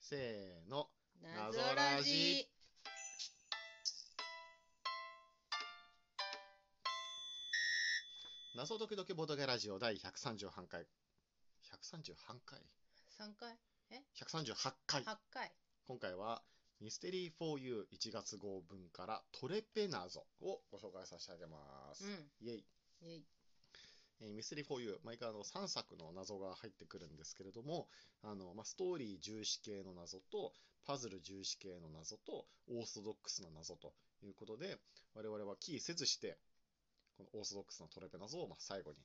せーの。謎ラジ謎ドキドキボドゲラジオ第138回。138回3回 ?138 回。 8回今回は、ミステリー 4U1 月号分からトレペ謎をご紹介させてあげます。うイエイ。んイエイえーミステリー 4U、毎回あの3作の謎が入ってくるんですけれども、あのまあ、ストーリー重視系の謎と、パズル重視系の謎と、オーソドックスな謎ということで、我々はキーせずして、このオーソドックスなトレペ謎をまあ最後に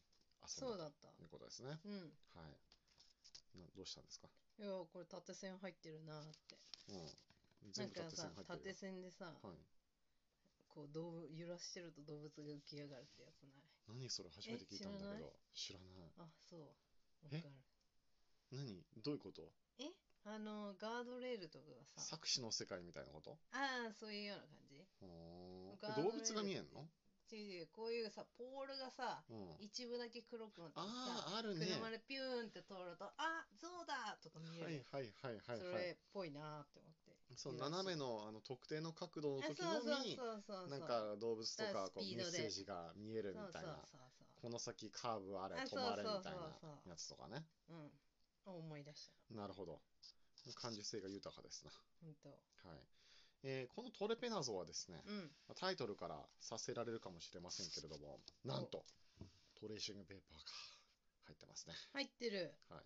遊んそうだだったということですね。うんはい。などうしたんですかいやこれ縦線入ってるなーってうん。な全ん部か縦さ線入って縦るよ。線でさはい。こう動物揺らしてると動物が浮き上がるってやつない何それ初めて聞いたんだけど。知らない。あそうわえかる何どういうことあのガードレールとかがさ作詞の世界みたいなことああそういうような感じうガーーんド動レール物が見えんの違う違うこういうさポールがさうん。一部だけ黒くなっててさああ、あるね。車でピューンって通るとあゾウだとか見はえいるはいはいはいそはい。れっぽいなーって思ってそういいらしい斜めのあの特定の角度のあ時そうそうのみそうそうなんか動物とだからかこスうピーメドッでセージが見えるみたいな。そうそうそうこの先カーブあれあ止まれみそうそたいうそうそなうやつとかね。そううん思い出したなるほど。感受性が豊かですな。本当はい。えーこのトレペナゾはですね、うんタイトルからさせられるかもしれませんけれども、なんと、トレーシングペーパーが入ってますね。入ってるはい。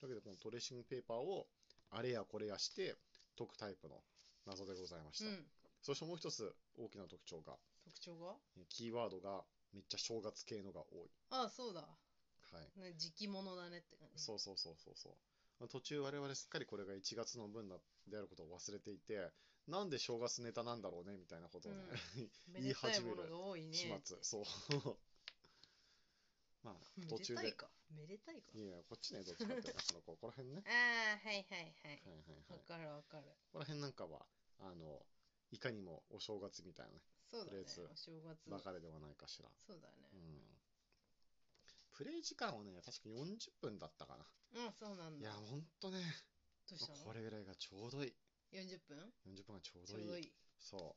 というわけで、このトレーシングペーパーをあれやこれやして解くタイプの謎でございましうた。んそしてもう一つ大きな特徴が、特徴がえキーワードがめっちゃ正月系のが多い。あそうだはい。ね時期物だねって感じそうそうそうそうそう。途中我々すっかりこれが1月の分だであることを忘れていて、なんで正月ネタなんだろうねみたいなことをね、めでたい言い始めものるが多いね始末。そう。 まあ、途中めでたでい。かめでたいかいやいや、こっちね、どっちかって いうと、そのここら辺ね。ああはいはいはいはいはいはい。わこかるわかるこら辺なんかは、あの、いかにもお正月みたいなね、そうだねとりあえずお正月バカでではないかしら。そうだねうん。プレイ時間はね、確か40分だったかな。うんそうなんいだや、ほんとね、どうしたこのれぐらいがちょうどいい。 40分40分がちょうちどょういい。どいいそう。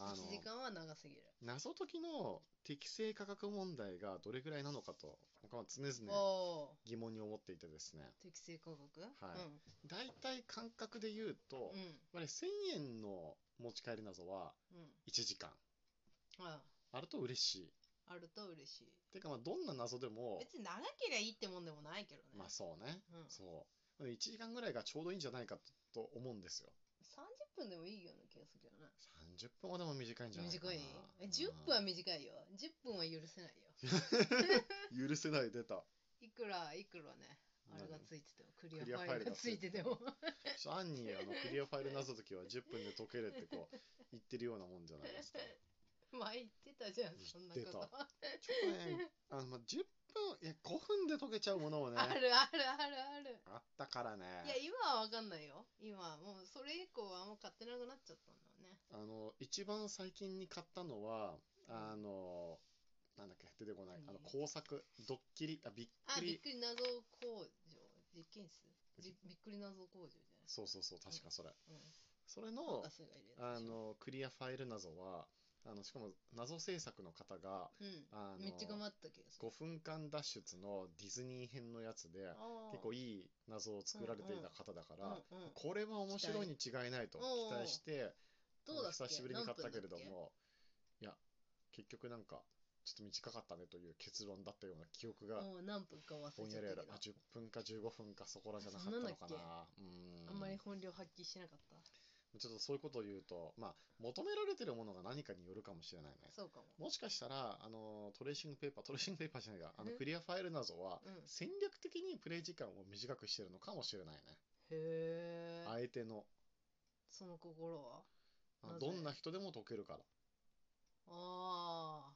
あの1時間は長すぎる謎解きの適正価格問題がどれぐらいなのかと、僕は常お々お疑問に思っていてですね、適正価格はい大体感覚で言うとう、ん我々1000円の持ち帰り謎はうんうん1時間。ああると嬉しい。あると嬉しいてかまあどんな謎でも、別に長ければいいってもんでもないけどね、まあそうね。うん、そう。1時間ぐらいがちょうどいいんじゃないかとと思うんですよ。 30分でもいいような気がするけどね30分はでも短いんじゃないかな。短いえ10分は短いよ10分は許せないようん許せない出た。いくらいくらねあれがついててもクリアフクリアファァイルイルががつついいててててもち ょっと案にあのクリアファイル謎解きは10分で解けるってこう言ってるようなもんじゃないですか。前言ってたじゃんそんなこ言ってとたちょっとね、あのまあ10分、いや5分で解けちゃうものもね、 ああるあるあるあるったからね。いや今は分かんないよ今はもうそれ以降はもう買ってなくなっちゃったんだよねあの、一番最近に買ったのは、あの、なんだっけ、出てこない、あの何工作、ドッキリ、あ、びっあくびっり。くり謎工場実験室じびっくり謎工場じゃないそうそうそう、確かそれ。うんそれの博、士がいるやつでしょあの、クリアファイル謎は、あの、しかも謎制作の方が、うあんめっちゃ頑張の、った気がする5分間脱出のディズニー編のやつで、あー結構いい謎を作られていた方だから、うんうんこれは面白いに違いないと期待期待して、どうだっけ久しぶりに買ったけれど何分だっも、いや、結局なんか、ちょっと短かったねという結論だったような記憶が、もう何分か忘ぼんれちゃやっりたあける。どあ、10分か15分かそこらじゃなかったのかそんなな。うあんまり本領発揮しなかった、ちょっとそういうことを言うと、まあ、求められてるものが何かによるかもしれないね。そうかももしかしたら、あの、トレーシングペーパー、トレーシングペーパーじゃないか、あの、うんクリアファイル謎は、うんへ戦略的にプレイ時間を短くしてるのかもしれないね。え相手の、その心はあなぜどんな人でも解けるから。あ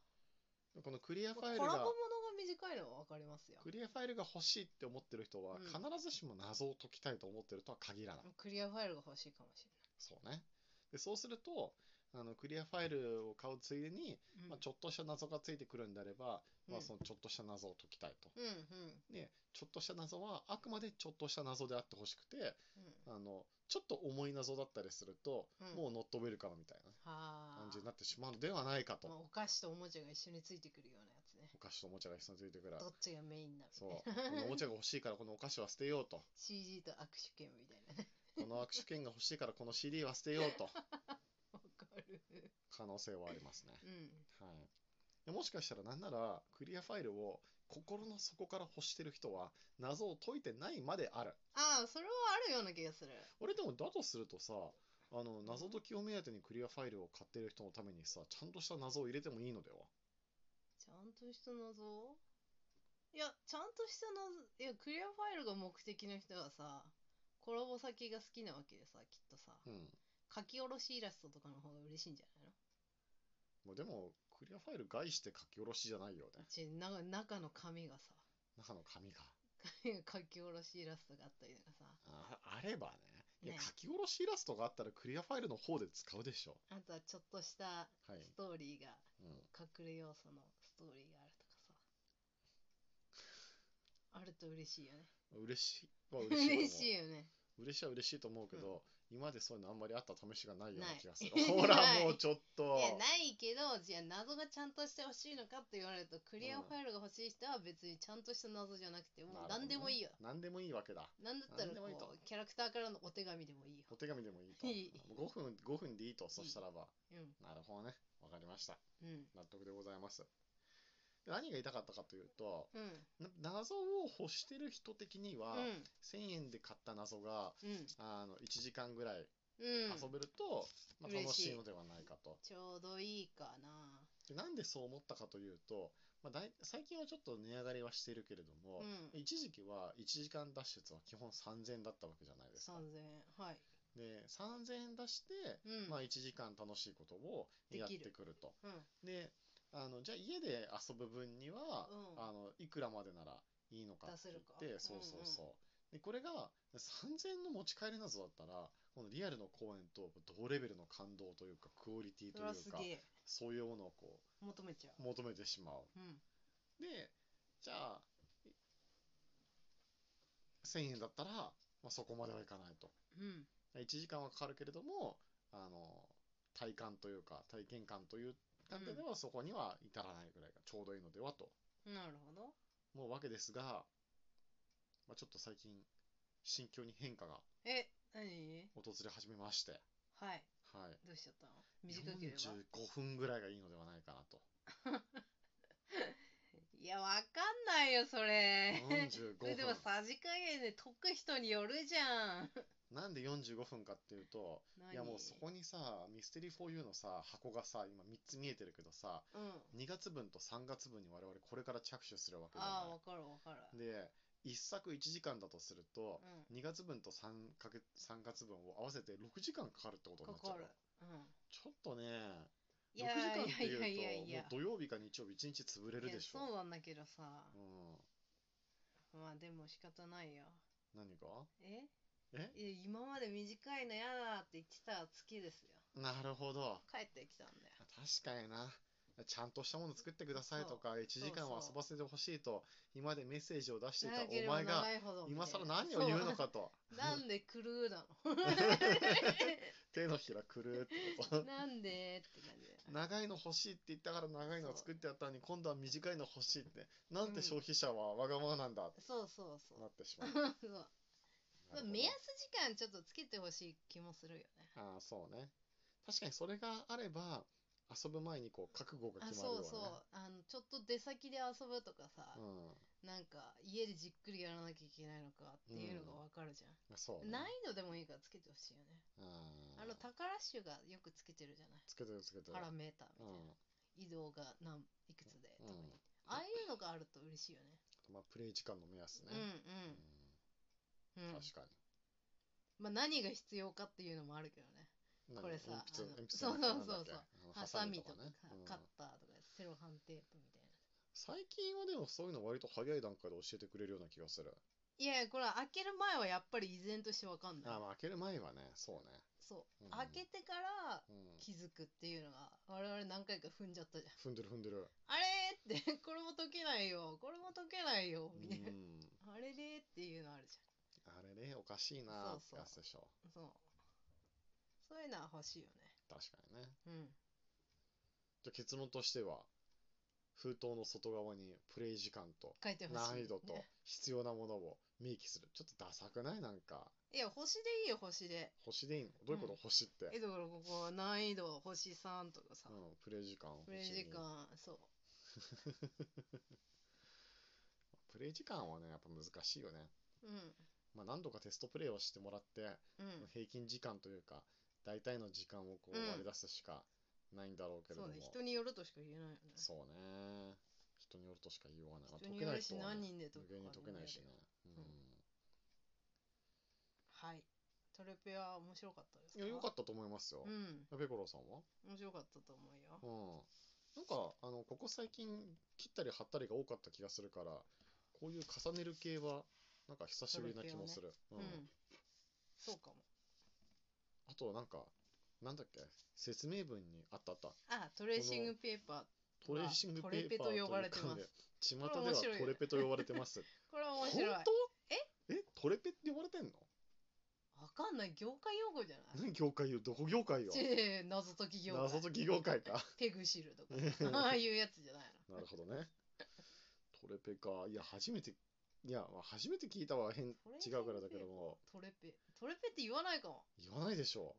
あこのクリアフコラァイボルものがが、短いのは分かりますよクリアファイルが欲しいって思ってる人は、うん必ずしも謎を解きたいと思ってるとは限らない。クリアファイルが欲しいかもしれそうね。で、そうすると、あのクリアファイルを買うついでに、うんまあ、ちょっとした謎がついてくるんであれば、まうあ、んそのちょっとした謎を解きたいと。うんうんで、ちょっとした謎はあくまでちょっとした謎であってほしくて、うんあの、ちょっと重い謎だったりすると、うんもうノットウェルカムみたいなねはあ感じになってしまうのではないかと。まあ、お菓子とおもちゃが一緒についてくるようなやつねお菓子とおもちゃが一緒についてくる。どっちがメインになる そう。このおもちゃが欲しいからこのお菓子は捨てようと。 CG と握手券みたいなねこの握手券が欲しいからこの CD は捨てようと。わかる可能性はありますね。うんはい。でもしかしたらなんなら、クリアファイルを心の底から欲してる人は、謎を解いてないまである。ああそれはあるような気がする俺でもだとするとさ、あの、謎解きを目当てにクリアファイルを買ってる人のためにさ、ちゃんとした謎を入れてもいいのではちゃんとした謎いやちゃんとした謎いやクリアファイルが目的の人はさコラボ先が好きなわけでさきっとさうん。書き下ろしイラストとかの方が嬉しいんじゃないのもうでも、クリアファイル害して書き下ろしじゃないよね。ちな中の紙がさ 中の紙が。書き下ろしイラストがあったりとかさああればね。いや、ね書き下ろしイラストがあったらクリアファイルの方で使うでしょ。あとはちょっとしたはい。ストーリーがうん。隠れ要素のストーリーがあるとかさあると嬉しいよね嬉しいは嬉しいと思う。嬉しいよね嬉しいは嬉しいと思うけど、今までそういうのあんまりあった試しがないようなない気がする。ほらない、もうちょっと。 いやないけどじゃあ謎がちゃんとしてほしいのかって言われるとクリアうんファイルが欲しい人は別にちゃんとした謎じゃなくてもうなるほどね何でもいいよ何でもいいわけだ。何だったら何でもいいことうキャラクターからのお手紙でもいいよお手紙でもいいと。いい5分、5分でいいと、そしたらば。うんなるほどね。わかりました。うん納得でございます。で何が言いたかったかというと、うんな謎を欲してる人的には、うん1000円で買った謎が、うんあの、1時間ぐらいうん遊べると、まあ、嬉楽しいしいのではないかと。ちょうどいいかなでなんでそう思ったかというと、まあ、だい最近はちょっと値上がりはしてるけれども、うん一時期は1時間脱出は基本3000円だったわけじゃないですか。 3000円はいで、3000円出して、うんまあ1時間楽しいことをできるやってくると。うんで、あのじゃあ家で遊ぶ分には、うんあのいくらまでならいいのかって言っ出て、せるそうかそうそう。で、これが3000円の持ち帰り謎だったら、このリアルの公演と同レベルの感動というか、クオリティそといれうはすかげ、えそういうものをこ求めちゃうう求めてしまう。うんで、じゃあ、い1000円だったら、まあ、そこまではいかないと。うん1時間はかかるけれども、あの、体感というか、体験感という観点では、そこには至らないぐらいがちょうどいいのではとなるほど思うわけですが、まあ、ちょっと最近、心境に変化がえ何訪れ始めまして、はいはい。どうしちゃったの短ければ45分ぐらいがいいのではないかなと。いや、わかんないよ、それ。 45 それでも分。さじ加減で解く人によるじゃ ん。なんで45分かっていうと、何いやもうそこにさ、ミステリー 4U のさ、箱がさ、今3つ見えてるけどさ、うん。 2月分と3月分に我々これから着手するわけだああ、よわかるわかる。ね。で、1作1時間だとすると、う2月分と 3, か月3月分を合わせて6時間かかるってことにん。なかっちゃうかる。うん。ちょっとね、い6や時間っていやいやいいうやと、もう土曜日か日曜日1日潰れるいやでしょ。そうなんだけどさ。うん。まあでも仕方ないよ。何が ええいや今まで短いのやだって言ってた月ですよ。なるほど。帰ってきたんだよ。確かにな。ちゃんとしたもの作ってくださいとか、1時間は遊ばせてほしいと、今までメッセージを出していた長けれおば前が、長いほどみたい今な更何を言うのそかと。うなんで狂うな手のひらくるーってことの。なんでって感じで。長いの欲しいって言ったから長いのを作ってやったのに、今度は短いの欲しいって。なんて消費者はわがままなんだってそうそうそうな。ってしまう。なるそうほど目安時間ちょっとつけてほしい気もするよね。ああ、そうね。確かにそれがあれば、遊ぶ前にこう覚悟があ決まるよそうね。そうあのちょっと出先で遊ぶとかさ、うんまなんか家でじっくりやらなきゃいけないのかっていうのがわかるじゃん、あそうね。難易度でもいいからつけてほしいよね、うんあの宝集がよくつけてるじゃないつけてるつけてる。パラメーターみうたいな、ん。移動が何いくつでとうか、んああいうのがあると嬉しいよねまあ、プレイ時間の目安ね。うんううんん、うん確かまあ、何が必要かっていうのもあるけどねに。これさ何鉛筆あの鉛筆のそうそうなんだっけそうあのハサミとかねかうんカッターとかセロハンテープみたいな最近はでもそういうの割と早い段階で教えてくれるような気がする。いやいや、これ開ける前はやっぱり依然としてわかんないあ。まあ開ける前はね、そうね。そう、うん開けてからうん気づくっていうのが、我々何回か踏んじゃったじゃ踏ん。んでる踏んでる。あれーって、 これも解けないよ、これも解けないよ、みうたいな。ん。あれれーっていうのあるじあれね、おかしいなーってそうそうやつでしょ。ゃん。そう。そういうのは欲しいよね。確かにね。うん。じゃあ結論としては、封筒の外側にプレイ時間と書いてほしい。難易度 とね必要なものを明記する。ちょっとダサくないなんか。いや、星でいいよ、星で。星でいいのどういうこと、うん星って。え、だからここ、難易度、星3とかさう、ん、プレイ時間をプレイ星時に間、そう。プレイ時間はね、やっぱ難しいよね。うん。まあ、何度かテストプレイをしてもらって、うん。平均時間というか、大体の時間をこううん割り出すしかないんだろうけれそどうも。ね、人によるとしか言えないよね。そうね。人によるとしか言いようがない。まあ人によるし、解けない人はね何人で解無限にく解かけになよいるしよね。うんうはい。トレペは面白かったですいや、良かっったと思いますよう。ん。ペコロさんは面白かったと思うよ。うん。なんか、あの、ここ最近、切ったり貼ったりが多かった気がするから、こういう重ねる系は、なんか久しぶりな気もする。ううんん。。そうかも。あと、なんか、なんだっけ、説明文に、あったあった。あ、トレーシングペーパトレーシングトペレーペパとーいう呼ばれてかますね巷これで面は白いよねトレペと呼ばれてます。ー。これは面白い。本当えトレペって呼ばれてんのわかんない。業界用語じゃない何業界よどこ業界よちぇ謎解き業界。謎解き業界か。ペグシルとか。ああいうやつじゃないなるほどね。トレペか。いや、初めて、いや、まあ初めて聞いたは変、違トレーシングうからいだけども、の。トレペ。トレペって言わないかも。言わないでしょ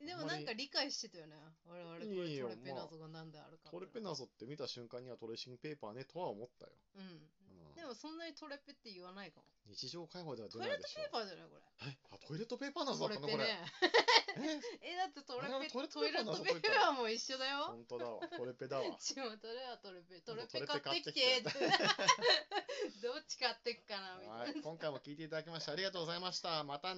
であもんまなりんか理解してたよね。我々これいやいやトレペまあ謎が何であるう。か。トレペ。謎って見た瞬間にはトレーシングペーパーね、とは思ったよ。うん。うんでもそんなにトレペって言わないかも。日常会話では出トイなレッいトでしょペーパーじゃないこれ。う。えあ、トイレットペーパー謎だっトレたのペこれ。ね。 ええ、だってトレあれペ、はトトイイレレッットトペペーーパーパーも一緒だよ。本当だわ。トレペ だわ。ちもトレはトレペ、トレトペレ買ペってきて買ってきて どっち買ってっかなみたいなはい、今回も聞いていただきましてありがとうございました。またね